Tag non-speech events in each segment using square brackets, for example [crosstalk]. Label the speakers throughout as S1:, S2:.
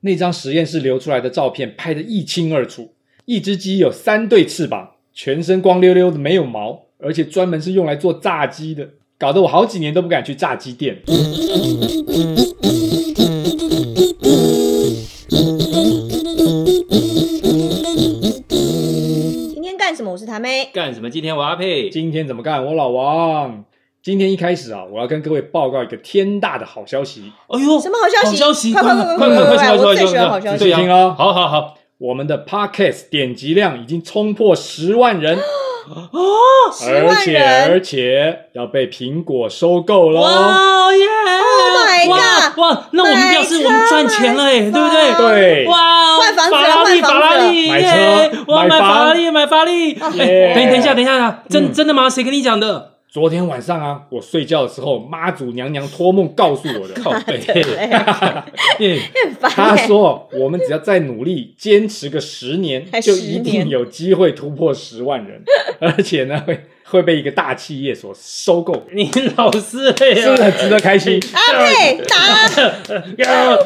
S1: 那张实验室流出来的照片拍得一清二楚。一只鸡有三对翅膀，全身光溜溜的，没有毛，而且专门是用来做炸鸡的，搞得我好几年都不敢去炸鸡店。
S2: 今天干什么？我是谭妹。
S3: 干什么？今天我要配
S1: 今天怎么干？我老王，今天一开始啊，我要跟各位报告一个天大的好消息，
S3: 哎呦，
S2: 什么好消息？
S3: 好消息！
S2: 快快快
S3: 快
S2: 快
S3: 快
S2: 快！
S3: 快！
S2: 我最喜欢好消
S1: 快
S2: 息。
S3: 对
S1: 听哦
S3: 呀，好好好，
S1: 我们的 Podcast 点击量已经冲破十万人，
S2: 哦十
S1: 而
S2: 万
S1: 且
S2: 人
S1: 而且要被苹果收购哦喽。
S3: 哇耶
S2: Oh my god！
S3: 哇哇，那我们表示我们赚钱了哎，对不对？
S1: 对，
S3: 哇，
S2: 换房子了
S3: 法拉利，
S2: 换房子啊
S3: 法
S2: 了
S3: 拉利，
S1: 买
S3: 耶
S1: 车
S3: 哇，
S1: 买
S3: 买
S1: 房
S3: 法拉利，买法拉利。
S1: 耶
S3: 哎，等等一下，等一下，真
S1: 嗯
S3: 真的吗？谁跟你讲的？
S1: 昨天晚上啊，我睡觉的时候，妈祖娘娘托梦告诉
S2: [laughs]
S1: 我的。
S3: 靠背，
S1: 耶
S2: 很烦
S1: 她
S2: 欸
S1: 说，我们只要再努力，坚持个十年
S2: 还，
S1: 就
S2: 十
S1: 一定
S2: 年
S1: 有机会突破十万
S2: [laughs]
S1: 人，而且呢，会会被一个大企业所收
S2: [laughs]
S1: 购，
S3: 你老师哎
S1: 是不是
S3: 呀，
S1: 很值得开心？
S2: 阿佩打，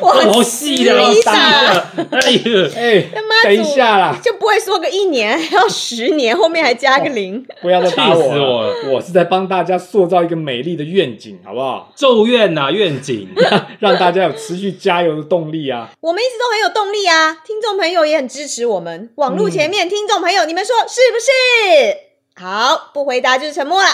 S3: 哇好细的，好细的，哎呦。
S1: 哎
S2: 那妈，祖
S1: 等一下啦，
S2: 就不会说个一年，还要十年，后面还加个零。
S1: 不要再打
S3: 气
S1: 我
S3: 死我
S1: 了！我是在帮大家塑造一个美丽的愿景，好不好？
S3: 咒怨呐、愿
S2: [laughs]
S3: 景，
S1: 让大家有持续加油的动力啊！
S2: 我们一直都很有动力啊，听众朋友也很支持我们。网络前面听众朋友，你们说是不是？好，不回答就是沉默了。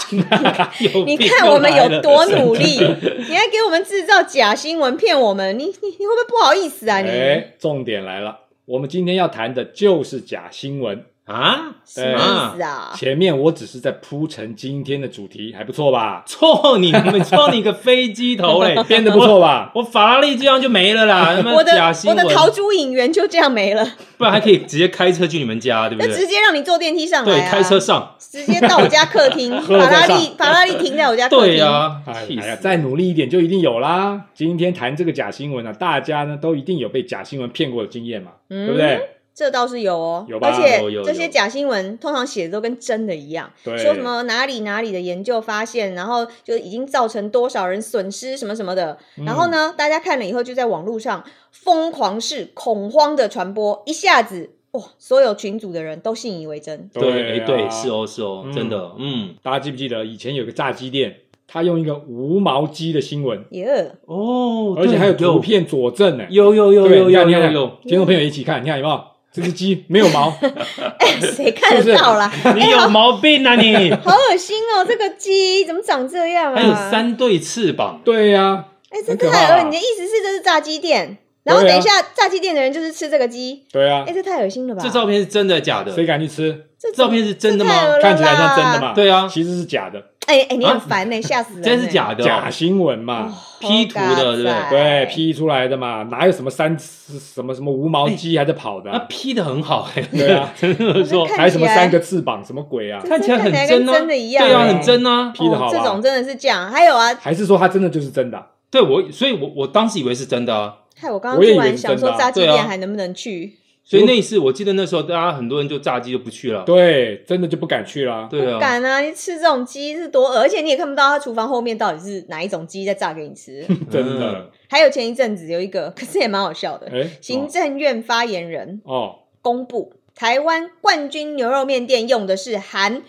S3: 有
S2: 你
S3: 病
S2: 看
S3: 又
S2: 我们
S3: 来了
S2: 有多努力， [laughs] 你还给我们制造假新闻骗我们，你你你会不会不好意思啊？你、
S1: 哎，重点来了，我们今天要谈的就是假新闻。
S3: 啊！
S2: 什么意思啊？
S1: 前面我只是在铺陈今天的主题，还不错
S2: [laughs]
S1: 吧？
S3: 错你们错你个飞机头嘞！
S1: [laughs] 编的不错
S2: [laughs]
S1: 吧？
S3: 我法拉利这样就没了啦，他妈
S2: 我的
S3: 假新
S2: 我
S3: 闻
S2: 的，桃珠影缘就这样没了，
S3: 不然还可以直接开车去你们家，对不
S2: 那
S3: 对？
S2: 直接让你坐电梯上来
S3: 对，
S2: 啊！
S3: 开车上，
S2: 直接到我家客
S3: [laughs]
S2: 厅，
S1: 喝了
S2: 法拉
S1: 再上
S2: 利法拉利停在我家客厅。
S3: 对啊呀、
S1: 哎
S3: 气
S1: 哎呀，
S3: 死！
S1: 再努力一点就一定有啦！今天谈这个假新闻呢、啊，大家呢都一定有被假新闻骗过的经验嘛，
S2: 嗯
S1: 对不对？
S2: 这倒是有哦，
S1: 有吧
S2: 而且
S3: 有有有
S2: 这些假新闻通常写的都跟真的一样，
S1: 对，
S2: 说什么哪里哪里的研究发现，然后就已经造成多少人损失什么什么的，
S1: 嗯
S2: 然后呢，大家看了以后就在网络上疯狂式恐慌的传播，一下子哇，所有群组的人都信以为真，
S3: 对
S1: 啊
S3: 对，是。哦是哦，
S1: 嗯
S3: 真的，嗯，
S1: 大家记不记得以前有个炸鸡店，他用一个无毛鸡的新闻，
S2: 耶、 [laughs]
S3: 哦，
S1: 而且
S3: 对
S1: 还有图，片佐证呢、
S3: 有有有
S1: 对
S3: 有
S1: 你看
S3: 有
S1: 你看
S3: 有
S1: 你看
S3: 有，
S1: 听众朋友一起看，你看有没有？这只鸡没有
S2: [laughs]
S1: 毛，
S2: 哎，谁看得到啦？
S3: 你有毛病啊你！
S2: 好恶心哦，这个鸡怎么长这样啊？
S3: 还有，三对翅膀，
S1: 对呀、
S2: 哎，这
S1: 很可
S2: 太
S1: 怕啊
S2: 恶，你的意思是这是炸鸡店，然后
S1: 对啊啊
S2: 等一下、炸鸡店的人就是吃这个鸡，
S1: 对呀、
S2: 哎，这太恶心了吧？
S3: 这照片是真的假的？
S1: 谁敢去吃？
S2: 这
S3: 照片是真的
S2: 这太恶
S3: 吗
S2: 了？
S1: 看起来像真的嘛？
S3: 对啊
S1: 其实是假的，
S2: 哎哎，你
S3: 啊
S2: 很烦呢，吓死人！
S3: 真是？假的哦？
S1: 假啊新闻嘛。
S3: P 图的对不对
S1: 对，P 出来的嘛，哪有什么三什么什么无毛鸡还在跑的
S3: 啊
S1: 啊、
S3: ，P 的很好哎、
S1: 对啊
S3: 真的 [laughs] 说
S2: 哎 [laughs] 看起来
S1: 还有什么三个翅膀什么鬼啊？
S3: 看起来很
S2: 真的
S3: 真
S2: 跟
S3: 啊，
S2: 真的一样
S3: 对啊，
S1: 哎
S3: 很真啊。
S1: P 的好吧
S2: 哦这种真的是这样。还有啊，
S1: 还是说它真的就是真的啊、
S3: 对我，所以我我当时以为是真的啊，
S2: 害我刚刚
S1: 我也以
S2: 突
S1: 为
S2: 然
S1: 是
S2: 想
S1: 真的
S2: 说
S1: 啊
S2: 炸鸡
S3: 对啊
S2: 店还能不能去？
S3: 所以那一次我记得那时候大家很多人就炸鸡就不去了。
S1: 对，啊真的就不敢去啦。
S3: 对
S2: 不
S3: 啊，
S1: [laughs]
S2: 敢啊！你吃这种鸡是多恶，而且你也看不到他厨房后面到底是哪一种鸡在炸给你吃。
S1: 真的，
S2: 还有前一阵子有一个，可是也蛮好笑的，
S1: 哎、
S2: 行政院发言人
S1: 哦，
S2: 公布，台湾冠军牛肉面店用的是含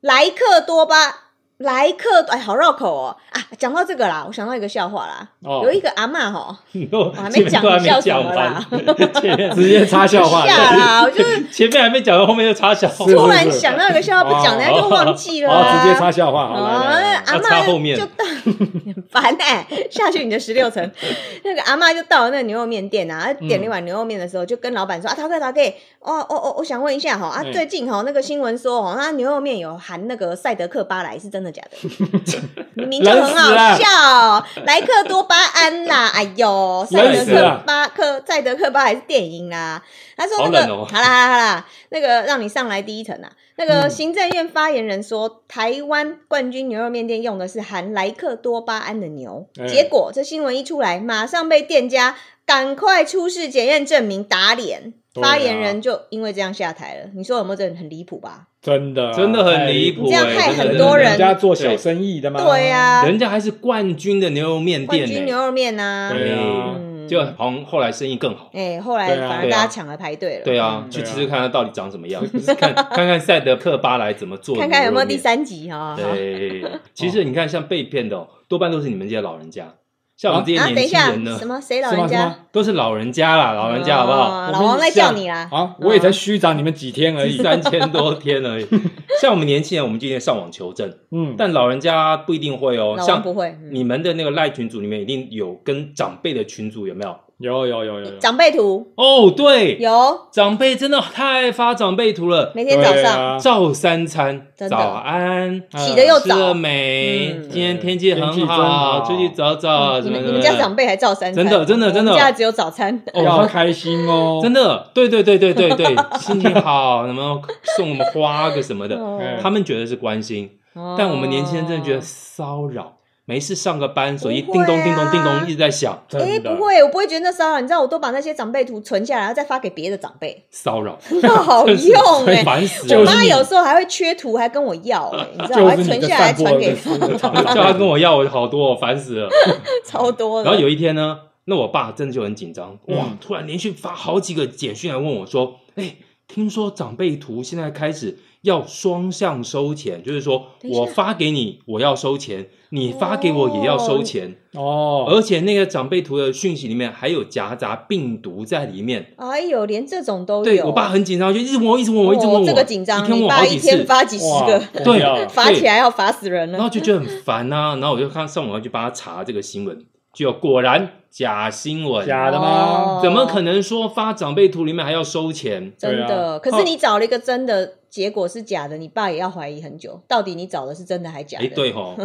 S2: 莱克多巴。莱克哎，好绕口哦啊！讲到这个啦，我想到一个笑话啦，
S1: 哦
S2: 有一个阿嬷哈，
S3: 嗯，我
S2: 还没讲
S3: 前面都还
S2: 你笑
S3: 没
S2: 什
S3: 讲
S2: 么啦
S3: 完，
S1: [laughs]
S3: 前 [laughs] 面
S1: 直接插笑话，
S2: 吓啦，我就是
S3: 前面还没讲完，后面就插小话
S2: [laughs]
S1: 是
S2: 突然想到一个笑话，不讲人家就忘记了、
S1: 哦，
S2: 啊。
S1: 直接插笑话，好
S2: 哦
S1: 来来来
S2: 那阿
S3: 要插
S2: 妈
S3: 后面
S2: 就到，很 [laughs] 烦哎、下去你的十六层。 [laughs] 那个阿妈就到了那个牛肉面
S1: 嗯
S2: 店啊，点了一碗牛肉面的时候，就跟老板说、啊，陶哥陶哥，哦哦哦，我想问一下哈，啊
S1: 嗯
S2: 最近哈那个新闻说哈，那牛肉面有含那个赛德克巴莱，是真的假
S1: [laughs]
S2: 的？明明就很好笑，莱克多巴胺啦，哎
S1: [laughs]
S2: 呦，赛
S1: 冷
S2: 德
S1: 死了
S2: 克巴克赛德克巴莱是电影啦。他说那
S3: 好
S2: 个
S3: 冷哦
S2: 好啦好啦好啦，那个让你上来第一层啊。那
S1: 嗯
S2: 个行政院发言人说，台湾冠军牛肉面店用的是含莱克多巴胺的牛，
S1: 哎
S2: 结果这新闻一出来，马上被店家赶快出示检验证明打脸，
S1: 对啊
S2: 发言人就因为这样下台了。你说有没有这很离谱吧？
S1: 真的啊
S3: 真的很离谱
S2: 你这样
S3: 哎
S2: 害
S3: 真的
S2: 很多
S3: 真的
S2: 人
S1: 人家做小生意的嘛，
S2: 对呀、啊
S3: 人家还是冠军的牛肉面
S2: 冠
S3: 店
S2: 军
S3: 呢，
S2: 牛肉面呐、
S1: 对啊
S2: 嗯，嗯
S3: 结果好像后来生意更好。
S2: 哎，后来
S1: 对啊
S2: 反而
S3: 对啊
S2: 大家抢了排队了，
S3: 对啊，
S1: 嗯
S3: 去
S1: 对啊
S3: 吃吃看它到底长什么样，就是
S2: [laughs]
S3: 看看看赛德克巴莱怎么做，
S2: 看看有没有第。三哦集啊哈。
S3: 对， [laughs] 其实你看，像被骗的哦多半都是你们这些老人家，像我们这
S2: 啊，
S3: 些
S2: 等一
S3: 年轻
S2: 下
S3: 人，呢
S2: 什，么谁老
S1: 是吗
S2: 人
S1: 是
S2: 家
S1: 吗？
S3: 都是老人家啦，老人家好不好？
S2: 哦
S1: 我
S2: 老
S1: 们
S2: 王在
S1: 像
S2: 叫你啦。
S1: 啊，我也才虚长你们几天而已。
S3: [laughs] 三千多天 [laughs] 而已，像我们年轻人，我们今天上网求证，
S1: 嗯，
S3: 但老人家不一定会哦。
S2: 老王
S3: 像
S2: 不会，嗯
S3: 你们的那个赖群组里面，一定有跟长辈的群组有没有？
S1: 有有有有有，
S2: 长辈图
S3: 哦，对，
S2: 有，
S3: 长辈真的太发长辈图了，
S2: 每天早
S1: 对
S2: 上
S1: 啊
S3: 照三餐，
S2: 真的
S3: 早安，
S2: 起得又
S3: 吃了
S2: 早。
S3: 没？
S2: 嗯
S3: 今天天气
S1: 天气
S3: 很
S1: 真好
S3: 出去走走，
S2: 你
S3: 什么
S2: 们你
S3: 什么
S2: 们家长
S3: 啊的。
S2: 辈还照三餐，
S3: 真的真的真的
S2: 我们家只有早餐。
S3: 哦
S1: 要
S3: 他
S1: 开心哦，
S3: 真的，对对对对对对，心情好，什么送什么花个什么的，
S2: [laughs] 哦
S3: 他们觉得是关心，但我们年轻人真的觉得骚扰，没事上个班，手机
S2: 不会
S3: 叮
S2: 啊
S3: 咚叮咚叮咚一直在响，
S1: 真的
S2: 哎，不会，我不会觉得那啊骚扰。你知道，我都把那些长辈图存下来，然后再发给别的长辈， [laughs]
S3: 骚扰，
S2: 那好用哎。
S3: 烦死
S1: 就
S2: 我
S3: 了。
S1: 是
S2: 妈
S1: 你
S2: 有时候还会缺图，还跟我要哎，你知道，我还
S1: 就是你
S2: 存
S1: 的
S2: 下来
S1: 散播
S2: 传
S1: 的 [laughs]
S2: 给
S3: [laughs] 叫他跟我要我好多，我烦死了。
S2: [laughs] 超多的。
S3: 然后有一天呢，那我爸真的就很紧张，
S1: 嗯
S3: 哇，突然连续发好几个简讯来问我说：“哎、听说长辈图现在开始要双向收钱，就是说
S2: 等一下
S3: 我发给你我要收钱，你发给我也要收钱，
S1: 哦，
S3: 而且那个长辈图的讯息里面还有夹杂病毒在里面。”
S2: 哎呦，连这种都有。
S3: 对我爸很紧张，就一直问我，一直问我，一直问
S2: 哦
S3: 我，
S2: 这个紧张，
S3: 一天问
S2: 你
S3: 我
S2: 爸
S3: 好
S2: 一
S3: 几
S2: 天
S3: 次，
S2: 发几十
S1: 哇
S2: 个， [laughs]
S1: 疯
S3: 对
S1: 掉了
S2: 发起
S3: 对
S2: 来要烦死人
S3: 然后
S2: 了。
S3: 就觉得很烦呐、然后我就看上网去帮他查这个新闻，结果果然假新闻，
S1: 假的吗？
S2: 哦
S3: 怎么可能说发长辈图里面还要收钱？
S2: 真的，可是
S3: 哦
S2: 你找了一个真的，结果是假的，你爸也要怀疑很久，到底你找的是真的还假的？
S3: 哎，，
S2: [laughs]
S3: 对吼。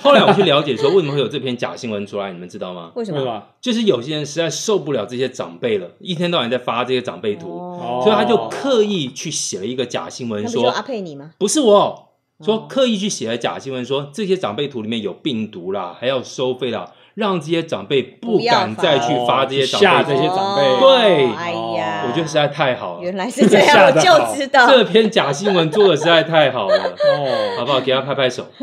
S3: 后来我去了解说，为什么会有这篇假新闻出来，你们知道吗？
S2: 为什
S1: 为什
S2: 么？
S1: 么？
S3: 就是有些人实在受不了这些长辈了，一天到晚在发这些长辈图，
S1: 哦
S3: 所以他就刻意去写了一个假新
S2: 那
S3: 闻
S2: 不
S3: 说，
S2: 就阿佩你吗？
S3: 不是我。
S2: 哦
S3: 说刻意去写了假新闻说，这些长辈图里面有病毒啦，还要收费啦，让这些长辈不
S2: 不要
S3: 敢再去发这些长
S1: 吓
S3: 辈
S1: 这些长辈
S2: 哦
S3: 对
S2: 哎
S1: 哦
S2: 呀，
S3: 我觉得实在太好了
S2: 原，来是这样，
S1: 吓
S2: 我
S1: 得
S2: 就知道。
S3: 这篇假新闻做的实在太
S2: [laughs]
S3: 好了，
S1: 哦，
S3: 好不好？给他拍拍手。
S1: 真的
S2: 是是是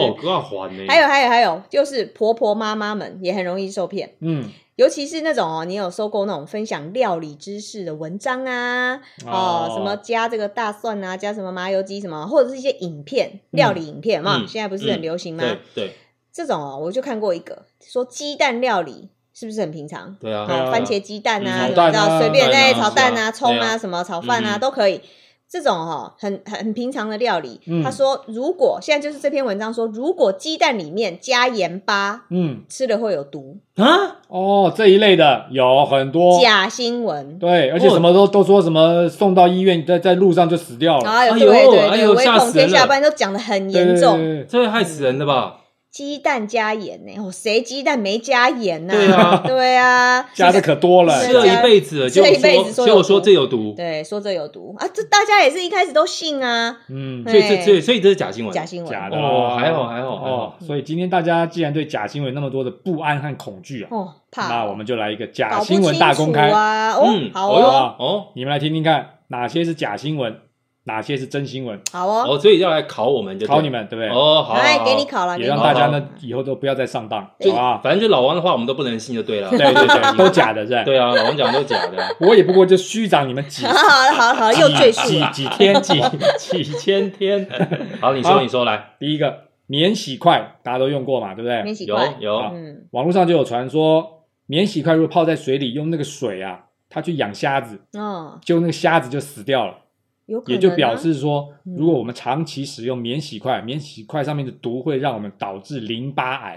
S3: 哦，要还呢。
S2: 还有还有还有，就是婆婆妈妈们也很容易受骗，
S1: 嗯，
S2: 尤其是那种哦，你有收过那种分享料理知识的文章啊，哦，什么加这个大蒜啊，加什么麻油鸡什么，或者是一些影片，料理影片嘛，
S3: 嗯
S2: 现在不是很流行吗？
S3: 对对
S2: 这种哦，我就看过一个说鸡蛋料理是不是很平常？
S3: 对啊，
S1: 对啊
S2: 哦，番茄鸡蛋啊，
S3: 嗯
S2: 有没
S1: 炒
S2: 有
S1: 蛋啊
S2: 随便哎，
S3: 炒
S2: 炒
S3: 蛋啊
S2: 蛋啊、
S3: 是啊
S2: 葱
S3: 对
S2: 啊、
S3: 啊
S2: 什么炒饭啊
S3: 嗯嗯
S2: 都可以。这种哦，很很很平常的料理。
S1: 嗯
S2: 他说，如果现在就是这篇文章说，如果鸡蛋里面加盐巴，
S1: 嗯，
S2: 吃了会有毒，
S3: 啊，
S1: 哦，这一类的有很
S3: 哦
S1: 多，
S2: 假哦新闻。
S1: 对，而且什么都都说什么送到医院，在在路上就死掉了，
S2: 哎呦，
S3: 哎
S2: 对
S3: 呦
S2: 对
S3: 哎
S2: 对，
S3: 呦
S2: 唯
S3: 吓
S2: 恐
S3: 死人
S2: 天下
S3: 了
S2: 不然都讲的很
S1: 对
S2: 严
S1: 对
S2: 重。
S1: 对对
S3: 这会害死人的吧？
S2: 鸡蛋加盐呢？哦，谁鸡蛋没加盐呢？
S3: 对
S2: [laughs]
S3: 啊
S2: 对啊，
S1: 加的可多了，
S2: 对
S3: 吃
S2: 对
S3: 了
S2: 对
S3: 一辈子了，
S2: 吃
S3: 结
S2: 了
S3: 果
S2: 一辈子说
S3: 说结
S2: 有毒
S3: 果说这有毒，
S2: 对，说这有毒啊，这大家也是一开始都信啊，
S1: 嗯，
S3: 所以这
S2: 对
S3: 所以所以这是假新闻。
S2: 假新闻。
S1: 假的
S3: 哦，还好还好还
S1: 哦
S3: 好，，
S1: 所以今天大家既然对假新闻那么多的不安和恐惧啊，
S2: 哦，怕
S1: 那我们就来一个
S2: 搞
S1: 假
S2: 不
S1: 新闻大公
S2: 清
S1: 开
S2: 楚，啊！哦，
S3: 嗯，
S2: 好
S1: 哟
S2: 哦，
S1: 啊
S3: 哦
S1: 你们来听听看哪些是假新闻，哪些是真新闻，
S2: 好哦，
S3: 哦，所以要来考我们就对
S1: 考你们对不对？
S3: 哦，好，
S2: 来哎
S3: 好
S2: 给你，考了，
S1: 也
S2: 给
S1: 让
S2: 啊你
S1: 大
S2: 考
S1: 家
S2: 了
S1: 呢以后都不要再上当，
S2: 对
S1: 好
S3: 好
S1: 吧？
S3: 反正就老王的话我们都不能信就对了，
S1: 对对
S2: [laughs]
S1: 对，
S3: [laughs]
S1: 都
S3: 假，
S1: 假的是吧？
S3: 对啊，老王讲的都假的，
S1: 我也不过就虚长你们几
S2: [laughs] 好了好了好了， [laughs] 又赘述
S1: 几
S2: 了。
S1: 几天几。 [laughs]
S3: 几千天。
S1: 嗯
S3: 好，你说
S1: 好
S3: 你说来，
S1: 第一个免洗筷，大家都用过嘛，对不对
S2: 免？洗
S3: 有
S2: 筷，
S1: 啊
S3: 有，
S2: 嗯，
S1: 网络上就有传说，免洗筷如果泡在水里，用那个水啊，它去养虾子，
S2: 哦，
S1: 结果那个虾子就死掉了，
S2: 有可能
S1: 也
S2: 啊
S1: 就表示说，
S2: 嗯
S1: 如果我们长期使用免洗筷，免洗筷上面的毒会让我们导致淋巴癌。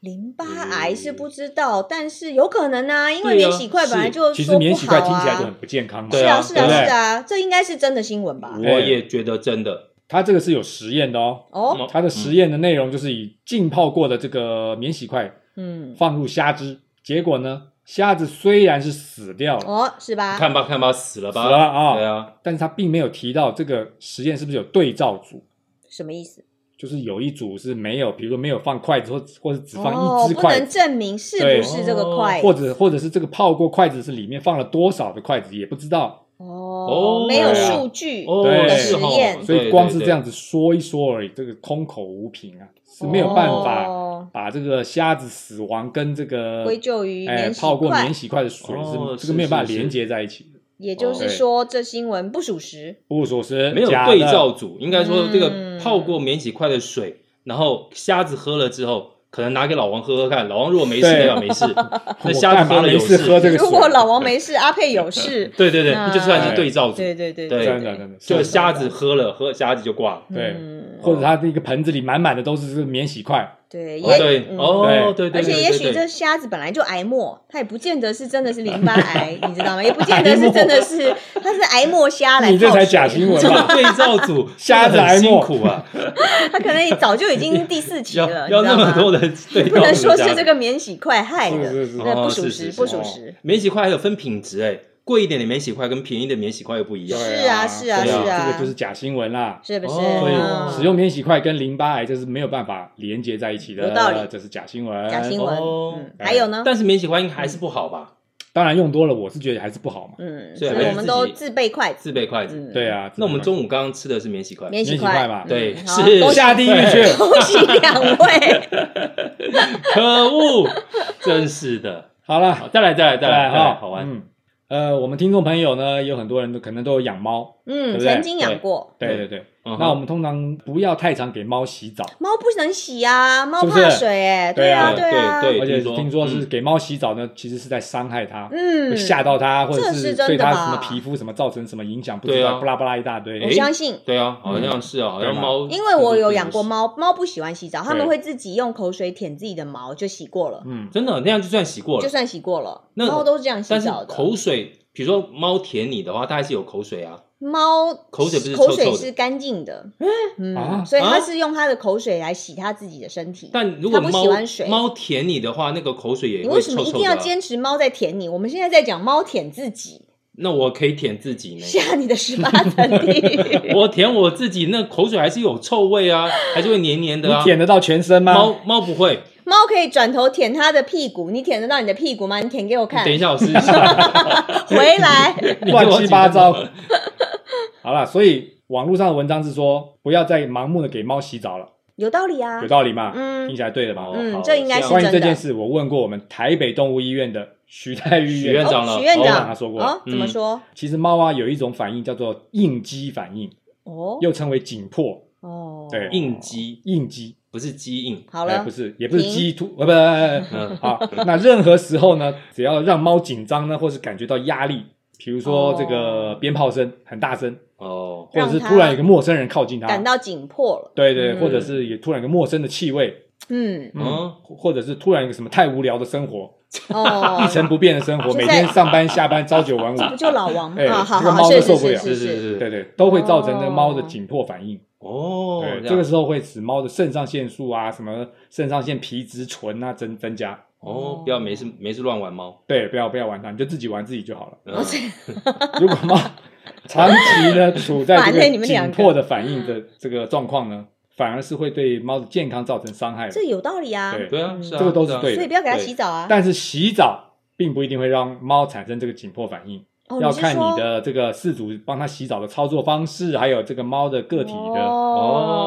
S2: 淋巴癌是不知道，但是有可能啊，因为
S3: 对啊
S2: 免洗筷本来就
S1: 其实
S2: 说不
S1: 免洗筷
S2: 好
S1: 听起来就
S2: 啊
S1: 很不健康嘛，
S2: 是
S3: 对啊
S2: 啊是啊
S1: 对不对嗯
S2: 是啊，这应该是真的新闻吧？
S3: 我也觉得真的，
S1: 它这个是有实验的哦。
S2: 哦，
S1: 它的实验的内容就是以浸泡过的这个免洗筷
S2: 嗯，
S1: 放入虾汁，结果呢，虾子虽然是死掉了，
S2: 哦，是吧？
S3: 看吧看吧，死了
S1: 死
S3: 吧，
S1: 了啊、
S3: 对啊，
S1: 但是他并没有提到这个实验是不是有对照组，
S2: 什么意思？
S1: 就是有一组是没有，比如说没有放筷子，或或是只放
S2: 哦，
S1: 一只
S2: 不
S1: 筷
S2: 能
S1: 子，
S2: 证明是
S1: 对
S2: 不是这个筷，
S1: 或者或者是这个泡过筷子是里面放了多少的筷子也不知道，
S2: 哦
S3: 哦，
S2: 没有
S1: 对啊
S2: 数据，
S3: 哦，
S1: 对
S3: 是
S2: 实验
S3: 哦，
S1: 所以光是这样子说一说而已，这个空口无凭啊，是没有办法
S2: 哦哦，
S1: 把这个虾子死亡跟这个
S2: 归咎于
S1: 哎
S2: 免洗
S1: 泡过
S2: 块
S1: 免洗块的水
S3: 哦
S1: 是这
S3: 是
S1: 个没有办法
S3: 是
S1: 连
S3: 是
S1: 接在一起的。
S2: 也就是
S1: 哦
S2: 说这新闻不属实。
S1: 不属实，
S3: 没有
S1: 假
S3: 对
S1: 的
S3: 照组，应该说这个
S2: 嗯
S3: 泡过免洗块的水，然后虾子喝了之后，可能拿给老王喝喝看，老王如果没事
S1: 对
S3: 代表没事，那
S1: 我
S3: 虾
S1: 干
S3: 子
S1: 嘛
S3: 喝了
S1: 没
S3: 有，
S1: 事喝这个
S2: 如果
S1: 水？
S2: 老王没事，阿佩有事
S3: [laughs] 对对对，
S2: 那
S3: 那就算是对照组，
S2: 嗯对对对
S3: 对
S1: [laughs] 真的真的，
S3: 就是虾子喝了，喝虾子就挂了。
S1: 对
S2: 嗯
S1: 或者他那个盆子里满满的都是这个免洗块，
S2: 对，
S3: 哦
S2: 也
S3: 对，
S2: 嗯
S3: 哦对对，
S2: 而且
S3: 对
S2: 也
S3: 对
S2: 许
S3: 对
S2: 这虾子本来就癌末，它也不见得是真的是淋巴癌，
S3: [laughs]
S2: 你知道吗？也不见得是真的是它是癌末虾
S3: [laughs]
S2: 来
S1: 你这
S2: 泡
S1: 才
S2: 水
S1: 假新闻
S3: 这
S1: 吧？
S3: 个对照
S1: [laughs]
S3: 组
S1: 虾子
S3: 真的
S1: 还
S3: 很辛
S1: 默
S2: [laughs]
S3: 苦啊，
S2: 它可能也早就已经第四期
S3: 要
S2: 了，
S3: [laughs] 要
S2: 你知
S3: 那
S2: 道
S3: 么
S2: 吗？
S3: 多的对
S2: 你
S3: 照组
S2: 不能说是
S3: 下
S2: 这个免洗块害的，
S1: 是是是
S2: 对，
S3: 哦
S2: 不属实，
S3: 是是是
S2: 不属
S1: 哦
S2: 实。
S3: 免洗块还有分品质哎，贵一点的免洗块跟便宜的免洗块又不一样。
S1: 对
S2: 是啊是啊
S1: 对
S3: 是
S2: 啊
S1: 这个就是假新闻啦。
S2: 是不是？
S3: 哦
S1: 所以
S2: 嗯
S1: 使用免洗块跟淋巴癌这是没有办法连接在一起的，
S2: 有道理
S1: 这是假新闻。
S2: 假新闻，
S3: 哦
S2: 嗯，
S1: 哎
S2: 还有呢，
S3: 但是免洗块应该还是不好吧？
S1: 当然用多了，我是觉得还是不好嘛。
S2: 嗯，
S3: 所
S2: 所
S3: 以
S2: 以
S3: 还是
S2: 我们都自备筷子，
S3: 自备筷子。
S2: 嗯，
S1: 对啊，
S3: 那我们中午刚刚吃的是免洗块，
S2: 免洗
S1: 免洗块
S2: 块
S1: 吧
S3: 对
S2: 嗯好
S3: 是
S2: 恭喜
S1: 下地狱
S2: [laughs]
S1: 去
S2: 恭喜
S1: [laughs]
S2: 两位，
S3: 可恶，真是的。
S1: 好了，
S3: 好，再来，再来，再来，再来，好玩。
S1: 嗯，呃，我们听众朋友呢，有很多人都可能都有养猫，对
S2: 嗯，
S1: 不对
S2: 曾经养过。
S1: 对对对。
S3: 对嗯哼
S1: 那我们通常不要太常给猫洗澡，
S2: 猫不能洗啊，猫
S1: 是不是
S2: 怕水哎，
S1: 对啊
S2: 啊，对啊，
S3: 对
S1: 而且
S3: 听说
S1: 听说是
S3: 嗯
S1: 给猫洗澡呢，其实是在伤害它，会
S2: 嗯，
S1: 吓到它，或者
S2: 这是真的啊
S1: 对它
S2: 吧
S1: 什么皮肤什么造成什么影响，不
S3: 对
S1: 知
S3: 啊
S1: 道，巴拉巴拉一大堆。
S2: 我
S3: 诶
S2: 相信，
S3: 对啊，好像是啊，好像
S1: 嗯哦对嘛
S3: 猫，
S2: 因为我有养过，猫，猫不喜欢洗澡，它们
S1: 对
S2: 会自己用口水舔自己的毛，就洗过了，
S1: 嗯，
S3: 真的那样就算洗过
S2: 就
S3: 了，
S2: 算洗过了，
S3: 那
S2: 猫都是这样洗
S3: 但是
S2: 澡的。
S3: 口水，比如说猫舔你的话，它还是有口水啊。
S2: 猫
S3: 口水不是
S2: 口
S3: 臭臭
S2: 水
S3: 的
S2: 是干净的，
S1: 啊
S2: 嗯，所以它
S3: 啊
S2: 是用它的口水来洗它自己的身体。
S3: 但如果
S2: 它不喜
S3: 猫
S2: 欢水
S3: 猫舔你的话，那个口水也
S2: 你
S3: 会
S2: 为什
S3: 臭
S2: 么一
S3: 臭
S2: 定
S3: 的
S2: 要
S3: 啊。
S2: 坚持猫在舔你？我们现在在讲猫舔自己，
S3: 那我可以舔自己呢，
S2: 下你的十八层地
S3: [laughs]
S2: 狱。
S3: 我舔我自己，那口水还是有臭
S2: [laughs]
S3: 味啊，还是会黏黏
S1: 你
S3: 的啊。
S1: 舔得到全身吗？
S3: 猫猫不会，
S2: 猫可以转头舔它的屁股，你舔得到你的屁股吗？你舔给我看
S3: 等，一下我试一下。
S1: [laughs]
S2: 回来。
S3: 你给我
S1: 乱七
S3: 几
S1: 八
S3: 根
S1: 糟。 [laughs] 好了，所以网络上的文章是说，不要再盲目的给猫洗澡了，
S2: 有道理啊
S1: 有，道理吗？
S2: 嗯
S1: 听起来对的吧？
S3: 哦好
S2: 嗯，这应该是
S3: 像
S1: 关于
S2: 真
S1: 这
S2: 的。
S1: 件事，我问过我们台北动物医院的嗯徐太医
S3: 徐院
S1: 院
S3: 长了
S2: 哦，许院
S1: 长
S2: 长
S1: 他说过
S2: 哦，怎么
S3: 嗯
S2: 说？
S1: 其实猫啊有一种反应叫做应激反应，
S2: 哦
S1: 又称为紧迫
S2: 哦，
S1: 对
S3: 应激
S1: 应激。
S3: 不是鸡应，
S2: 好
S1: 哎
S2: 了
S1: 不，是，也不是
S2: 停
S1: 激突，呃，不不不不
S3: 嗯，
S1: 好，
S2: [laughs]
S1: 那任何时候呢，只要让猫紧张呢，或是感觉到压力，比如说这个
S2: 哦
S1: 鞭炮声很大声，
S3: 哦，
S1: 或者是
S2: 让它
S1: 突然有个陌生人靠近它，
S2: 感到紧迫了。
S1: 对对，
S2: 嗯
S1: 或者是也突然有个陌生的气味，
S2: 嗯，
S1: 嗯
S3: 嗯，
S1: 或者是突然有个什么太无聊的生活，[laughs]
S2: 哦，
S1: 一成不变的生活，
S2: 就在
S1: 每天上班下班朝九
S2: [laughs]
S1: 晚五，
S2: 不就老王吗？
S1: 哎
S2: 啊，好
S1: 这个
S2: 好，
S1: 猫都
S2: 是
S1: 受不
S2: 是
S1: 了
S2: 是是是，
S1: 对对，都会造成那个猫的紧迫反应。
S3: 哦，
S1: 对，
S3: 样
S1: 这个时候会使猫的肾上腺素啊，什么肾上腺皮质醇啊增增加。
S3: 哦，不要没事没事乱玩猫，
S1: 对，不要不要玩它，你就自己玩自己就好了。
S2: 哦
S1: [laughs]
S3: 嗯
S1: 如果猫长期呢处
S2: [laughs]
S1: 在
S2: 反
S1: 这
S2: 欸正你
S1: 个
S2: 们两
S1: 紧
S2: 个
S1: 迫的反应的这个状况呢，反而是会对猫的健康造成伤害的
S2: 这。有道理啊。
S1: 对
S3: [laughs] 对啊，
S2: 嗯
S3: 是啊，
S1: 这个都是
S3: 啊
S1: 对
S2: 所以
S1: 的。
S2: 不要给它
S3: 对
S2: 洗澡啊。
S1: 但是洗澡并不一定会让猫产生这个紧迫反应，
S2: 哦
S1: 要
S2: 是
S1: 看
S2: 说
S1: 你的这个饲主帮它洗澡的操作方式，还有这个猫的个体的。
S2: 哦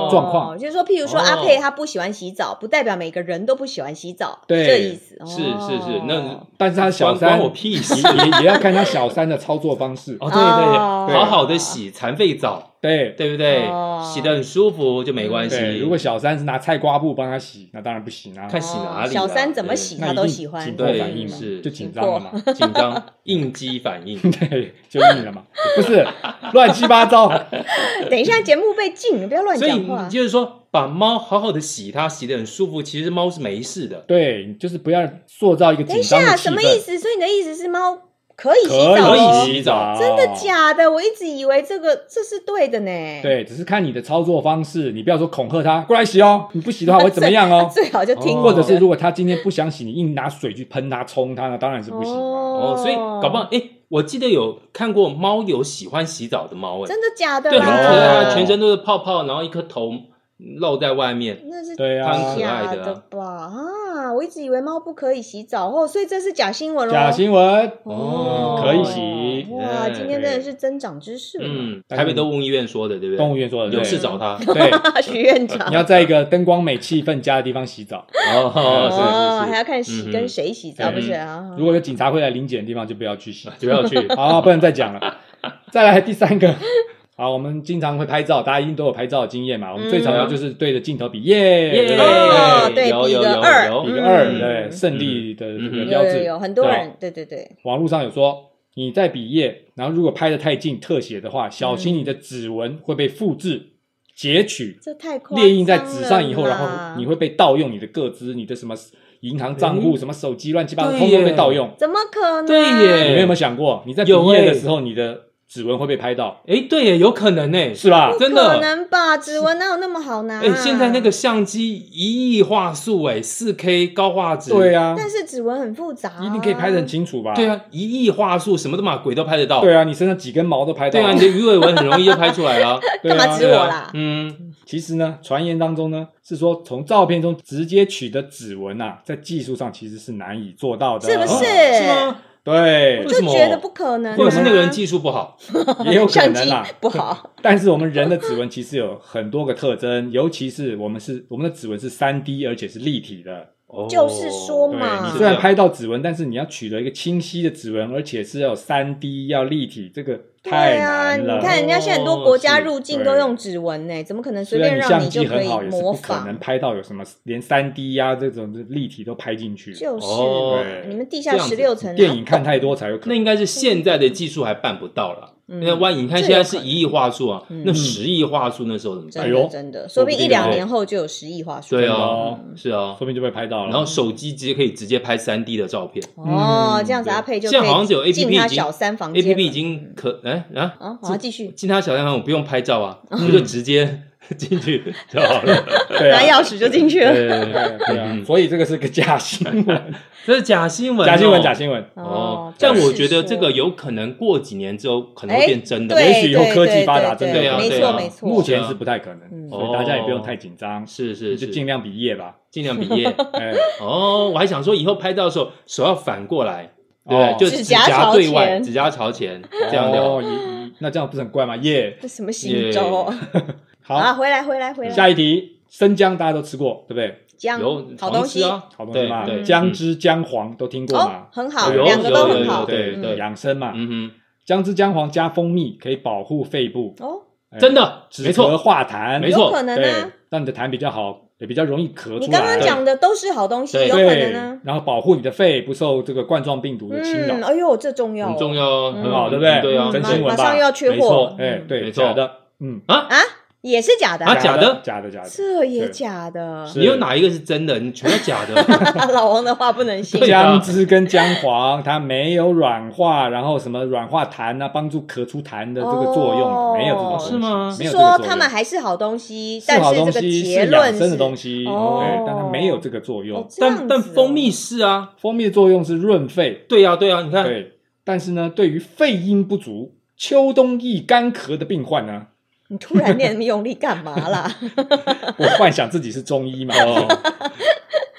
S1: 状况
S2: 就是说，譬如说
S3: 哦
S2: 阿佩他不喜欢洗澡，不代表每个人都不喜欢洗澡，
S1: 对
S2: 这意思。
S3: 是是是
S2: 哦，
S3: 那
S1: 但是它小
S3: 关关
S1: 三
S3: 我屁事
S1: 也也也要看它小三的操作方式。
S3: 哦，对对
S2: 哦
S3: 对，好好的洗残废澡，
S1: 对
S3: 对不对
S2: 哦？
S3: 洗的很舒服就没关系。
S1: 对，如果小三是拿菜瓜布帮它洗，那当然不行啊。
S3: 看洗哪里啊
S2: 小三怎么洗
S1: 那
S2: 他
S1: 一
S2: 都
S1: 定
S2: 喜欢，
S1: 紧迫
S3: 对
S1: 反应嘛，
S3: 是
S1: 就紧张了嘛，
S3: [laughs] 紧张，应激反 [laughs] 应，
S1: 对，就硬了嘛，不是乱七八糟。
S2: 等一下节目被禁，不要乱
S3: 所以
S2: 讲
S3: 你
S2: 话。
S3: 就是说，把猫好好的洗它，洗的很舒服，其实猫是没事的。
S1: 对，你就是不要塑造一个
S2: 等一
S1: 紧张的
S2: 下，
S1: 气
S2: 什么意
S1: 氛。
S2: 思？所以你的意思是猫可以洗
S1: 可
S2: 澡
S1: 以
S2: 哦？
S1: 洗澡，
S2: 真的？假的？我一直以为这个这是对的呢。，
S1: 对，只是看你的操作方式，你不要说恐吓它，过来洗哦，你不洗的话我会怎么样哦？
S2: 最好就听
S3: 哦
S2: 我
S1: 或者
S2: 的
S1: 是如果它今天不想洗，你硬拿水去喷它、冲它，那当然是不行嘛。
S3: 哦，所以搞不好，哎，我记得有看过猫有喜欢洗澡的猫，哎
S2: 真，的啊假的
S3: 对，
S2: 啦？
S3: 很可爱
S1: 哦
S3: 啊，全身都是泡泡，然后一颗头露在外面，
S2: 那是
S1: 对啊
S3: 它很可爱
S2: 假
S3: 的啊
S2: 吧？啊，啊，我一直以为猫不可以洗澡哦，所以这是假新闻喽。
S1: 假新闻，
S2: 哦，
S1: 可以洗
S2: 哇，
S3: 哎
S2: 今天真的是增长知识 [laughs] 了。
S3: 嗯，台北动物医院说的，对不对？
S1: 动物园说的
S3: 有
S1: 对
S3: 事找他。
S1: 对，
S2: 徐院长
S1: 你，要在一个灯光美、气氛佳的地方洗澡。
S3: [laughs] 哦，
S2: 还
S3: 是是
S2: 要看洗
S3: 嗯
S2: 跟谁洗澡，
S3: 嗯
S2: 不是啊？
S1: 如果有警察会来临检的地方，就不要去洗。
S3: 是，不要去。 [laughs]
S1: 好，不能再讲了。再来第三个，好，我们经常会拍照，大家一定都有拍照的经验嘛。我们最常用就是对着镜头比耶，对不
S2: 哦
S1: 对？
S2: 对
S3: 有
S2: 比
S3: 有
S2: 个
S3: 有
S2: 二
S3: 有
S1: 比个二，
S2: 嗯
S1: 对，胜利的这个
S3: 嗯
S1: 标
S2: 有有
S1: 志。
S2: 有，很多
S1: 对
S2: 人，对对对，
S1: 网络上有说，你在比耶，然后如果拍的太近特写的话，小心你的指纹会被复制、截取、
S2: 这太夸张
S1: 列印在纸上以后，
S2: 了
S1: 然
S2: 啦
S1: 后你会被盗用你的个资、你的什么银行账户、
S3: 诶
S1: 什么手机乱七八糟，
S3: 对
S1: 通通被
S3: 耶
S1: 盗用。
S2: 怎么可能？
S3: 对耶
S1: 你们有没有想过，你在毕
S3: 有
S1: 业的
S3: 欸
S1: 时候，你的指纹会被拍到，
S3: 哎，对耶，有可能呢。
S1: 是吧
S2: 不？
S3: 真
S2: 可
S3: 的
S2: 能吧？指纹哪有那么好拿？
S3: 哎，现在那个，相机一亿画素，哎，四 K 高画质。
S1: 对啊，
S2: 但是指纹很复杂啊，
S1: 一定可以拍得很清楚吧？
S3: 对，啊，一亿画素，什么他妈鬼都拍得到。
S1: 对啊，你身上几根毛都拍到
S3: 对啊，
S1: 了。
S3: 你的鱼尾纹很容易就拍出来了。
S2: [laughs]
S1: 对啊，
S2: 干嘛指
S1: 对
S2: 我
S1: 啊
S3: 对啊
S2: 啦
S3: 嗯，
S1: 其实呢，传言当中呢是说，从照片中直接取得指纹啊，在技术上其实是难以做到的，
S2: 是不是？
S1: 哦
S3: 是吗？
S1: 对
S2: [laughs]
S3: 为
S2: 就
S3: 什么
S2: 觉得不可能啊，
S3: 或者是那个人技术不好？
S1: 也有可
S2: 相
S1: 能啊
S2: 机
S3: 啊
S1: 啦。
S2: 不
S3: [laughs]
S2: 好，
S1: 但是我们人的指纹其实有很多个特征，尤其是我们是我们的指纹是三 D，而且是立体的。
S3: 哦
S2: 就是说
S1: 对
S2: 嘛
S1: 你
S3: 是
S1: 虽
S3: 这
S1: 然
S3: 样
S1: 拍到指纹，但是你要取得一个清晰的指纹，而且是要三 D 要立体，这个太
S2: 对啊，
S1: 难
S2: 你
S1: 了。
S2: 看人家现在很多国家
S3: 是
S2: 入境
S1: 对
S2: 都用指纹呢，怎么可能随
S1: 虽
S2: 便
S1: 然
S2: 让
S1: 相
S2: 你就
S1: 机
S2: 可
S1: 很
S2: 以
S1: 好，也是
S2: 模
S1: 不可能
S2: 仿？
S1: 拍到有什么连三 D 呀、这种立体都拍进去。
S2: 就是
S3: 哦
S1: 对
S2: 你们地下
S3: 这样
S2: 十
S3: 子
S2: 六层啊
S1: 电影看太多才有可
S3: 那
S1: 能。
S3: 应该是现在的技术还办不到了。
S2: 嗯
S3: 那万一你看
S2: 这
S3: 现在
S2: 有
S3: 是
S2: 可
S3: 一亿画素啊，
S2: 嗯
S3: 那十亿画素那时候怎么办？
S1: 哎
S2: 真
S1: 呦
S2: 的真的，说不定
S1: 说不定
S2: 一两
S1: 哦
S2: 年后就有十亿话术。
S3: 对啊
S1: 哦，
S3: 是啊
S1: 说，不定就被拍到了。
S3: 然后手机直接可以直接拍三 D 的照片
S1: 嗯
S2: 哦，这样子
S1: 啊
S3: 对
S2: 阿佩就
S3: 现在
S2: 可以
S3: 好像只有 APP
S2: 进他
S3: 已经
S2: 小三房
S3: ，A
S2: 间嗯
S3: P P 已
S2: 了
S3: 经可哎啊，
S2: 啊，好继续
S3: 进他小亮堂我不用拍
S2: [laughs]
S3: 照啊，我就直接 [laughs] 进去就好了。
S1: 对
S2: 拿
S1: 啊，
S2: 钥匙就进去了。
S1: 对
S3: 对，
S1: 啊对
S3: 嗯
S1: 啊，所以这个是个假新
S3: [laughs]
S1: 闻，
S3: 这是假新闻哦，
S1: 假新闻，假新闻。
S3: 哦。
S2: 就
S3: 但我
S2: 是
S3: 觉得
S2: 说
S3: 这个有可能过几年之后可能
S2: 哎
S3: 会变真的，
S2: 对
S1: 也许以后科技发达，
S2: 对
S1: 真
S2: 对
S1: 的有
S3: 对对
S1: 可
S3: 对
S1: 能
S3: 啊没错没
S2: 错
S1: 目前是不太可
S2: 嗯
S1: 能，所以大家也不用太紧张，
S3: 是是，
S1: 就是尽量比业
S2: [laughs]
S1: 吧。
S3: 尽量比耶。
S1: 哎，
S3: 哦，我还想说以后拍照的时候手要反过来，对
S1: 哦
S3: 不对，就
S2: 指
S3: 指
S2: 甲朝
S3: 甲对外，
S2: 前
S3: 指甲朝前这样聊。
S1: 哦，也也那这样不是很怪吗？耶，
S2: 这什么新招啊？
S1: 好，
S2: 啊，回来回来回来，
S1: 下一题，生姜大家都吃过，对不对？
S2: 姜
S3: 有
S2: 好
S3: 常
S2: 东
S3: 吃
S2: 西
S3: 啊，
S1: 好东西嘛
S3: 对，对
S1: 姜汁、姜黄都听过
S2: 哦
S1: 嘛，？
S2: 很好，
S3: 有
S2: 两个
S3: 有
S2: 都
S3: 有
S2: 很
S3: 有
S2: 好。
S3: 对
S1: 对
S3: 对
S1: 养生嘛。
S3: 嗯
S1: 姜汁、姜黄加蜂蜜可以保护肺部，
S2: 哦，
S1: 哎
S3: 哼，真的，
S1: 止
S3: 没
S1: 咳
S3: 错，
S1: 化痰，
S3: 没
S2: 有
S3: 错
S2: 可能
S1: 对
S2: 啊。，
S1: 让你的痰比较好，也比较容易咳出来。
S2: 你刚刚讲的都是好东西，
S3: 对
S2: 有
S1: 对，
S2: 可能啊。
S1: 然后保护你的肺不受这个冠状病毒的侵
S2: 嗯，
S1: 扰。
S2: 哎呦，这重要哦，
S3: 很重要哦，
S2: 嗯
S3: 很好，
S1: 对不对
S3: 对啊，
S2: 嗯
S1: 真
S2: 马
S1: 新闻
S2: 马
S1: 吧
S2: 上又要缺
S3: 没
S2: 货嗯
S3: 错，
S1: 哎，对，
S3: 没错
S1: 假的，嗯，
S2: 啊，也是假的
S3: 啊假的
S1: 假的，假的。
S2: 这也
S1: 对
S2: 假的。
S1: 是
S3: 你有哪一个是真的？你全都假的。
S2: [laughs] 老王的话不能信
S3: 对。啊
S1: 姜汁跟姜黄，它没有软化，然后什么软化痰啊，帮助咳出痰的这个作用，
S2: 哦
S1: 没有这种东西
S3: 是吗
S1: 啊没有这个
S2: 说
S1: 作
S2: 他
S1: 用
S2: 们。还是好东西，
S1: 是
S2: 但
S1: 好
S2: 这
S1: 东
S2: 个
S1: 西，
S2: 结
S1: 是
S2: 论
S1: 养
S2: 是
S1: 生的东西，
S2: 哦
S1: 对，但它没有这个作用
S2: 哦。这样
S3: 但但
S2: 子哦
S3: 蜂蜜是啊，
S1: 蜂蜜的作用是润肺，
S3: 对啊呀对呀，你看，
S1: 对。但是呢，对于肺阴不足、秋冬易干咳的病患呢，
S2: 你突然念那么用力干嘛啦？
S1: 我幻想自己是中医嘛，
S3: 哦，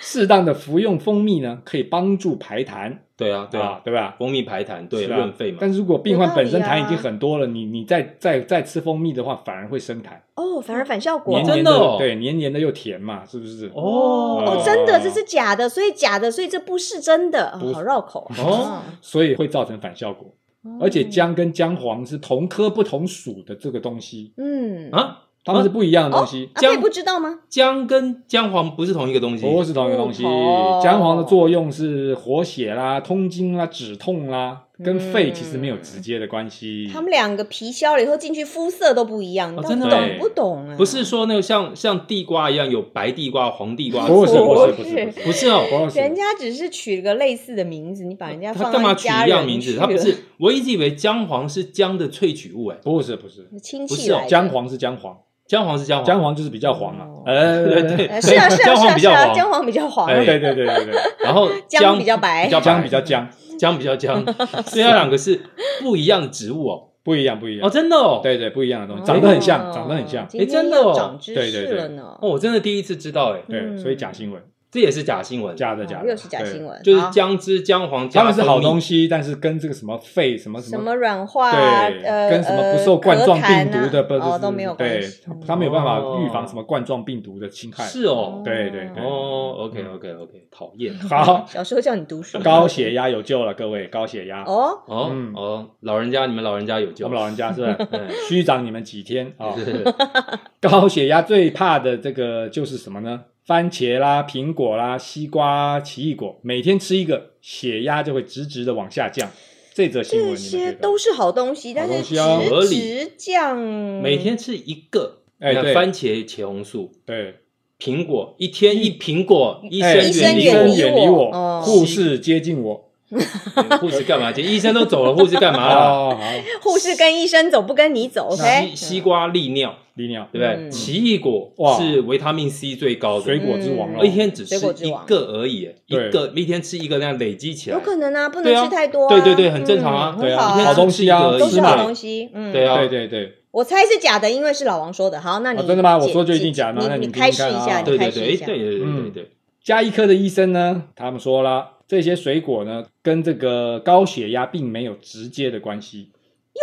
S1: 适当的服用蜂蜜呢，可以帮助排痰，
S3: 对啊对
S1: 啊
S3: 啊，
S1: 对吧？
S3: 蜂蜜排痰，对
S1: 是吧啊
S3: 润肺嘛
S1: 但。是如果病患本身
S2: 有道理
S1: 痰
S2: 啊
S1: 已经很多了，你你再再再吃蜂蜜的话，反而会生痰，
S2: 哦，反而反效果
S1: 黏
S3: 真
S1: 黏
S3: 的哦
S1: 对，黏黏的又甜嘛，是不是？
S2: 哦
S1: 哦
S2: 真的这是假的，所以假的，所以这不是真的，啊
S1: 不
S2: 好绕口啊
S3: 哦
S1: 所以会造成反效果。
S2: 哦
S1: 而且姜跟姜黄是同科不同属的这个东西，
S2: 嗯，
S3: 啊，
S1: 它们是不一样的东西，
S2: 阿
S3: 姜
S2: 佩啊不知道吗？
S3: 姜跟姜黄不是同一个东西。
S1: 不是同一个东西
S2: 不同。
S1: 姜黄的作用是活血啦、通经啦、止痛啦，跟肺
S2: 嗯
S1: 其实没有直接的关系。
S3: 嗯
S2: 他们两个皮削了以后进去，肤色都不一样，
S3: 哦
S2: 到底
S3: 真的
S2: 懂
S1: 对
S2: 不懂啊？
S3: 不是说那个像像地瓜一样有白地瓜、黄地瓜，
S1: 不是
S2: 不
S1: 不是不是
S2: 是
S1: 不是
S3: 不是哦，
S1: 不是，
S2: 人家只是取了个类似的名字，你把人家
S3: 他
S2: 放到
S3: 干嘛取
S2: 家
S3: 一样
S2: 人
S3: 名字？
S2: 去
S3: 他不
S2: 了
S3: 是，我一直以为姜黄是姜的萃取物，哎，
S1: 不是不是，
S2: 亲
S3: 不
S2: 戚
S3: 是哦
S2: 来的
S1: 姜黄是姜黄，
S3: 姜黄是姜黄，
S1: 姜黄就是比较黄
S2: 哦
S1: 嘛。呃，
S3: 对
S1: 对
S3: 对
S1: [laughs]
S2: 呃是啊是啊是
S3: 姜
S2: 啊
S3: 黄比
S2: 是
S3: 较
S2: 啊，
S3: 黄，
S2: 姜黄比较黄，
S3: 哎
S1: 对对对对对，
S3: 然后
S2: 姜
S3: 姜
S2: 比较白
S3: 比较
S1: 姜
S3: 白
S1: 比较姜，
S3: 姜比较姜，
S2: [laughs]
S3: 所以它两个是不一样的植物哦。
S1: 不一样不一
S3: 哦，
S1: 样。
S3: 真的哦，，
S1: 对对，不一样的东西，
S2: 哦
S1: 长得很像，长得很像。哎
S2: 今天
S3: 真的哦
S2: 又长知
S1: 对对
S2: 识
S1: 对
S2: 了呢。
S3: 哦，我真的第一次知道，哎，
S1: 对，
S2: 嗯
S1: 所以假新闻。
S3: 这也是假新闻。
S1: 假的
S2: 哦
S1: 假的，
S2: 又是假
S1: 对
S2: 新。闻，啊
S3: 就是
S2: 好
S3: 姜汁、姜黄，
S1: 他们是好
S3: 西。
S1: 东西，但是跟这个什么肺什么
S2: 什
S1: 么
S2: 么软化啊，
S1: 对，
S2: 呃，
S1: 跟什么
S2: 呃
S1: 不受冠状病毒的，
S2: 咳
S1: 不
S2: 痰
S1: 是、
S2: 啊哦都没有关
S1: 对
S2: 系，，
S1: 他
S2: 嗯
S1: 他没有办法
S3: 哦
S1: 预防什么冠状病毒的侵害。
S3: 是哦
S1: 对对对
S3: 哦，OK OK OK，讨厌。
S1: 好，
S2: 小时候叫你读书，
S1: 高血压有救了，各位，高血压，
S2: 哦，
S3: 哦
S1: 嗯
S3: 哦，老人家，你们老人家有救。
S1: 我们老人家
S3: [laughs]
S1: 是吧？
S3: 嗯
S1: 虚长你们几天
S3: [laughs]
S1: 啊、哦
S3: 是
S1: [laughs] 高血压最怕的这个就是什么呢？番茄啦、苹果啦、西瓜、奇异果，每天吃一个，血压就会直直的往下降。这则新闻你
S2: 这
S1: 们觉得
S2: 些都是好东西，但
S1: 好
S2: 是
S1: 东西啊
S3: 合
S2: 直
S3: 理
S2: 直降，
S3: 每天吃一个，
S1: 哎
S3: 你看
S1: 对
S3: 番茄、茄红素、
S1: 对，
S3: 苹果，一天一苹果，医
S1: 哎
S2: 医
S3: 生
S2: 生
S3: 远
S2: 远
S3: 离
S2: 离
S1: 远离
S2: 我
S1: 我，
S2: 哦
S1: 护士接近我。
S3: 我，护士干嘛 [laughs] 去？医生都走了，护士干嘛啦？
S1: 哦，好，
S2: 护士跟医生走不跟你走
S3: 西
S2: ，OK？
S3: 西瓜利尿，
S1: 利尿，
S3: 对不对？
S2: 嗯
S3: 奇异果
S1: 哇
S3: 是维他命 C 最高的，
S1: 水果之王
S2: 嗯
S1: 了。
S3: 我一天只吃
S2: 水果之
S3: 一
S2: 王
S3: 个而已，一
S1: 对
S3: 个一天吃一个，那样累积起来
S2: 有。可能啊，不
S3: 对
S2: 能
S3: 啊
S2: 吃太多啊，
S3: 对对对，很正常
S2: 嗯
S3: 啊，
S1: 对
S2: 很
S1: 啊
S2: 好
S3: 一
S1: 好
S3: 天
S1: 东
S3: 只吃一
S1: 西啊
S3: 个而已
S2: 都是
S1: 嘛
S2: 好东西，嗯，
S3: 对啊
S1: 对对对，
S2: 我猜是假的，因为是老王说的。好，那你、
S1: 哦真的吗我说就一
S2: 解
S1: 定假吗
S2: 你
S1: 那
S2: 你
S1: 你
S2: 开
S1: 听
S2: 始
S1: 听
S2: 一
S1: 看
S2: 下，
S1: 啊
S2: 你
S3: 对
S2: 开
S3: 对
S2: 始
S3: 对，
S2: 一
S3: 哎
S2: 下。
S3: 对对对对
S1: 嗯
S3: 对，
S1: 加医科的医生呢，他们说了，这些水果呢跟这个高血压并没有直接的关系，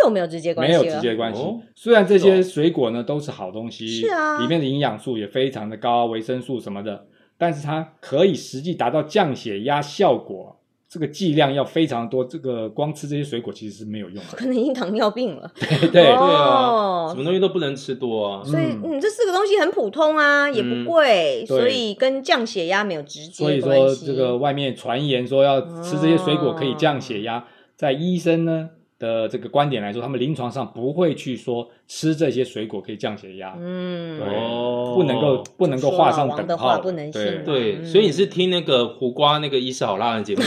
S2: 又没有直接关
S1: 没
S2: 系了，
S1: 有
S2: 啊
S1: 直接关系
S3: 哦。
S1: 虽然这些水果呢都是好东西，
S2: 是啊
S1: 里面的营养素也非常的高，维生素什么的，但是它可以实际达到降血压效果。这个剂量要非常多，这个光吃这些水果其实是没有用
S2: 可能已经糖尿病了。
S1: 的。对，
S3: 对啊，
S2: 哦
S3: 什么东西都不能吃多啊。
S2: 所以
S1: 嗯
S2: 嗯，这四个东西很普通啊，也
S3: 嗯
S2: 不贵，
S1: 对
S2: 所以跟降血压没有直
S1: 所
S2: 接
S1: 以
S2: 关
S1: 说
S2: 系。
S1: 这个外面传言说要吃这些水果可以降血
S2: 哦
S1: 压，在医生呢的这个观点来说，他们临床上不会去说吃这些水果可以降血压，
S2: 嗯
S1: 对，
S3: 哦
S1: 不能够不能够画上
S2: 说老王
S1: 等
S2: 的
S1: 号
S2: 话
S1: 的，
S2: 不能信
S1: 对
S3: 对，
S2: 嗯
S3: 所以你是听那个胡瓜那个医师好辣的
S1: [laughs]
S3: 节目，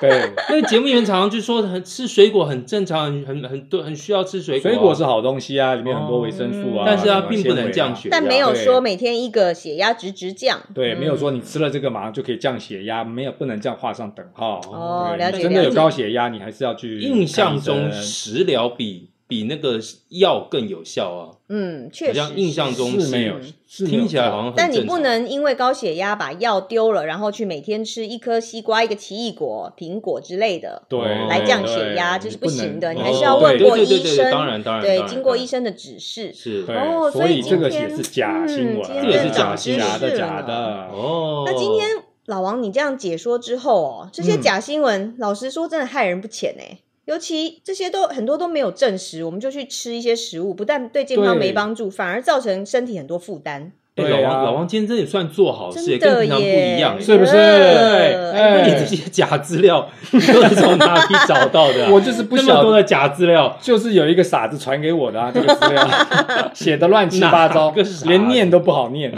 S1: 对，
S3: 那个节目里面常常就说很吃水果很正常，很很很多很需要吃水果啊、
S1: 水果是好东西啊，里面有很多维生素啊，
S2: 哦
S3: 但是它
S1: 什么
S3: 并不
S1: 纤维
S3: 能
S1: 啊
S3: 降血压，
S2: 但没有
S1: 对
S2: 说每天一个血压直直降。
S1: 对，
S2: 嗯
S1: 没有说你吃了这个马上就可以降血压，没有不能这样画上等号。
S2: 哦
S1: 对
S2: 了解
S1: 真的
S2: 了
S1: 有
S2: 解
S1: 高血压，你还是要去
S3: 嗯印象
S1: 看
S3: 中
S1: 医生
S3: 食疗比比那个药更有效啊，
S2: 嗯，确
S3: 好
S2: 实
S3: 像印象
S2: 是
S3: 中
S1: 是没有，是没有
S3: 听起来
S1: 错
S3: 好像很
S2: 但你
S3: 正
S2: 不
S3: 常
S2: 能因为高血压把药丢了，然后去每天吃一颗西瓜、一个奇异果、苹果之类的
S1: 对
S2: 来降血
S1: 对
S2: 压，
S1: 对
S2: 这是
S1: 你
S2: 不行的。
S1: 能
S2: 你
S1: 哦
S2: 还是要
S1: 对
S2: 问过
S3: 对对
S2: 医
S3: 对对
S2: 生，
S3: 当然当然当然
S2: 经过
S3: 当然
S2: 医生的指示。
S3: 是
S1: 对，
S2: 哦
S1: 所
S2: 以
S1: 这
S2: 今
S1: 个也
S2: 天
S1: 是假新
S2: 嗯
S1: 闻，啊
S2: 今
S3: 这也是
S2: 天
S3: 假
S2: 长
S3: 新
S2: 知
S3: 闻
S1: 假
S2: 识
S1: 的
S2: 了
S1: 假的。
S3: 哦。
S2: 那今天老王你这样解说之后哦，这些
S1: 嗯
S2: 假新闻，老实说真的害人不浅哎。尤其这些都很多都没有证实，我们就去吃一些食物，不但对健康
S1: 对
S2: 没帮助，反而造成身体很多负担。
S3: 哎
S1: 对
S3: 老王
S1: 啊
S3: 老王今天真的算做好事耶，
S2: 真
S3: 跟
S2: 的
S3: 平常不一
S2: 耶
S3: 样耶，
S1: 是不是？
S2: 呃
S3: 那
S1: 哎
S3: 你这些假资料，你都是从哪里找
S2: [laughs]
S3: 到的啊、
S1: 我就是不
S3: 那么
S1: 晓
S3: 多
S1: 得，
S3: 的假资料，
S1: 就是有一个傻子传给我
S3: [laughs]
S1: 的啊，这个资料写的乱七八糟
S3: 哪个傻，子
S1: 连念都不好
S3: [laughs]
S1: 念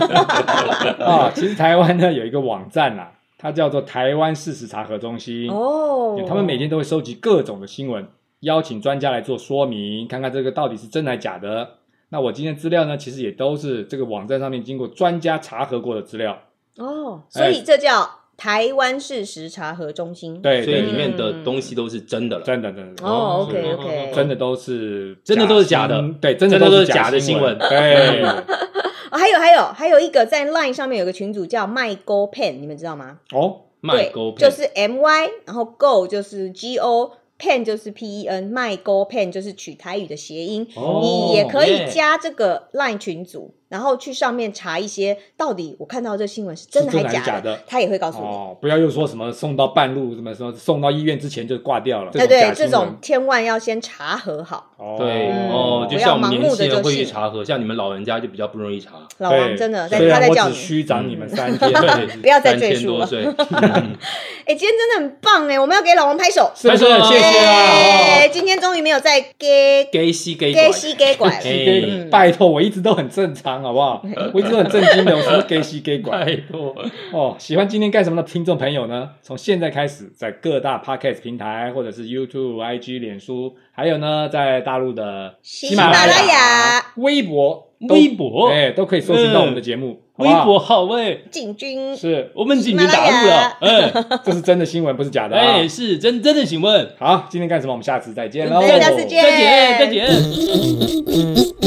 S1: 啊。其实台湾呢有一个网站啊，它叫做台湾事实查核中心。
S2: 哦，
S1: 他们每天都会收集各种的新闻，邀请专家来做说明，看看这个到底是真还假的。那我今天资料呢，其实也都是这个网站上面经过专家查核过的资料。
S2: 哦，
S1: 哎
S2: 所以这叫台湾事实查核中心。
S1: 对，
S3: 所以
S1: 对
S3: 里面的
S2: 嗯
S3: 东西都是真的了。
S1: 真的真的
S2: 哦
S3: 是
S2: ，OK OK，
S1: 真的都是
S3: 真的都是假的
S1: 新对，真的
S3: 真的
S1: 都
S3: 都
S1: 是
S3: 是假的
S1: 新
S3: 新闻
S1: 对，
S3: [laughs]
S2: 哦，还有还有还有一个在 Line 上面有个群组叫麦勾 Pen，你们知道吗？
S1: 哦，
S3: 卖
S2: 对
S3: 勾，配
S2: 就是 M Y，然后 Go 就是 G O。Pen 就是 P E N，麦勾 Pen 就是取台语的谐音。
S3: 哦
S2: 你也可以
S3: 耶
S2: 加这个 Line 群组，然后去上面查一些到底我看到这新闻是真的
S1: 是真
S2: 还
S1: 的还是
S2: 假
S1: 假的
S2: 他也会告诉你。
S1: 哦，不要又说什么送到半路，什么什么送到医院之前就挂掉了，
S2: 对对，这
S1: 这
S2: 种千万要先查核好。
S1: 哦
S3: 对
S2: 嗯
S3: 哦，就
S2: 不要
S3: 像我们
S2: 盲
S3: 年
S2: 目
S3: 轻
S2: 地
S3: 人
S2: 就
S3: 会去
S2: 信
S3: 查核，像你们老人家就比较不容易
S2: [laughs]
S3: 查。
S2: 老王真的，
S1: 对
S2: 在
S1: 虽
S2: 他
S1: 然
S2: 在
S1: 我
S2: 叫
S1: 只
S2: 你。
S1: 虚长你们三天，
S3: 嗯对，
S2: 不要再
S3: 三
S2: 赘
S3: 千
S2: 述
S3: 多
S2: 了
S3: 岁。
S2: [laughs]
S3: 嗯
S2: 哎、今天真的很棒哎，我们要给老王拍手，
S1: 是不是？
S3: 但是
S1: 谢谢啊！
S2: 耶
S1: 哦
S2: 今天终于没有再给
S3: 给西给拐
S2: 给，西给拐了。嗯
S3: 哎
S1: [laughs] 给拜托，我一直都很正常，好不好？我一直都很正经的，我什么给西给管
S3: 拜
S2: [laughs]
S3: 托，
S1: 哦。喜欢今天干什么的听众朋友呢？从现在开始，在各大 podcast 平台，或者是 YouTube、IG、脸书，还有呢，在大陆的
S2: 喜
S1: 马
S2: 马拉
S1: 雅
S2: 雅、
S1: 微博、都
S3: 微博嗯
S1: 哎，都可以搜寻到我们的节目。好不
S3: 微
S1: 好
S3: 博号位，
S2: 进军
S1: 是，
S3: 我们已经打入了。嗯，
S1: 这是真的新闻，不是假的啊
S3: [laughs] 哎，！嗯是真真的，请问，哎
S1: 好，今天干什么？我们下次再见喽，
S2: 下次见
S3: 再见，再见。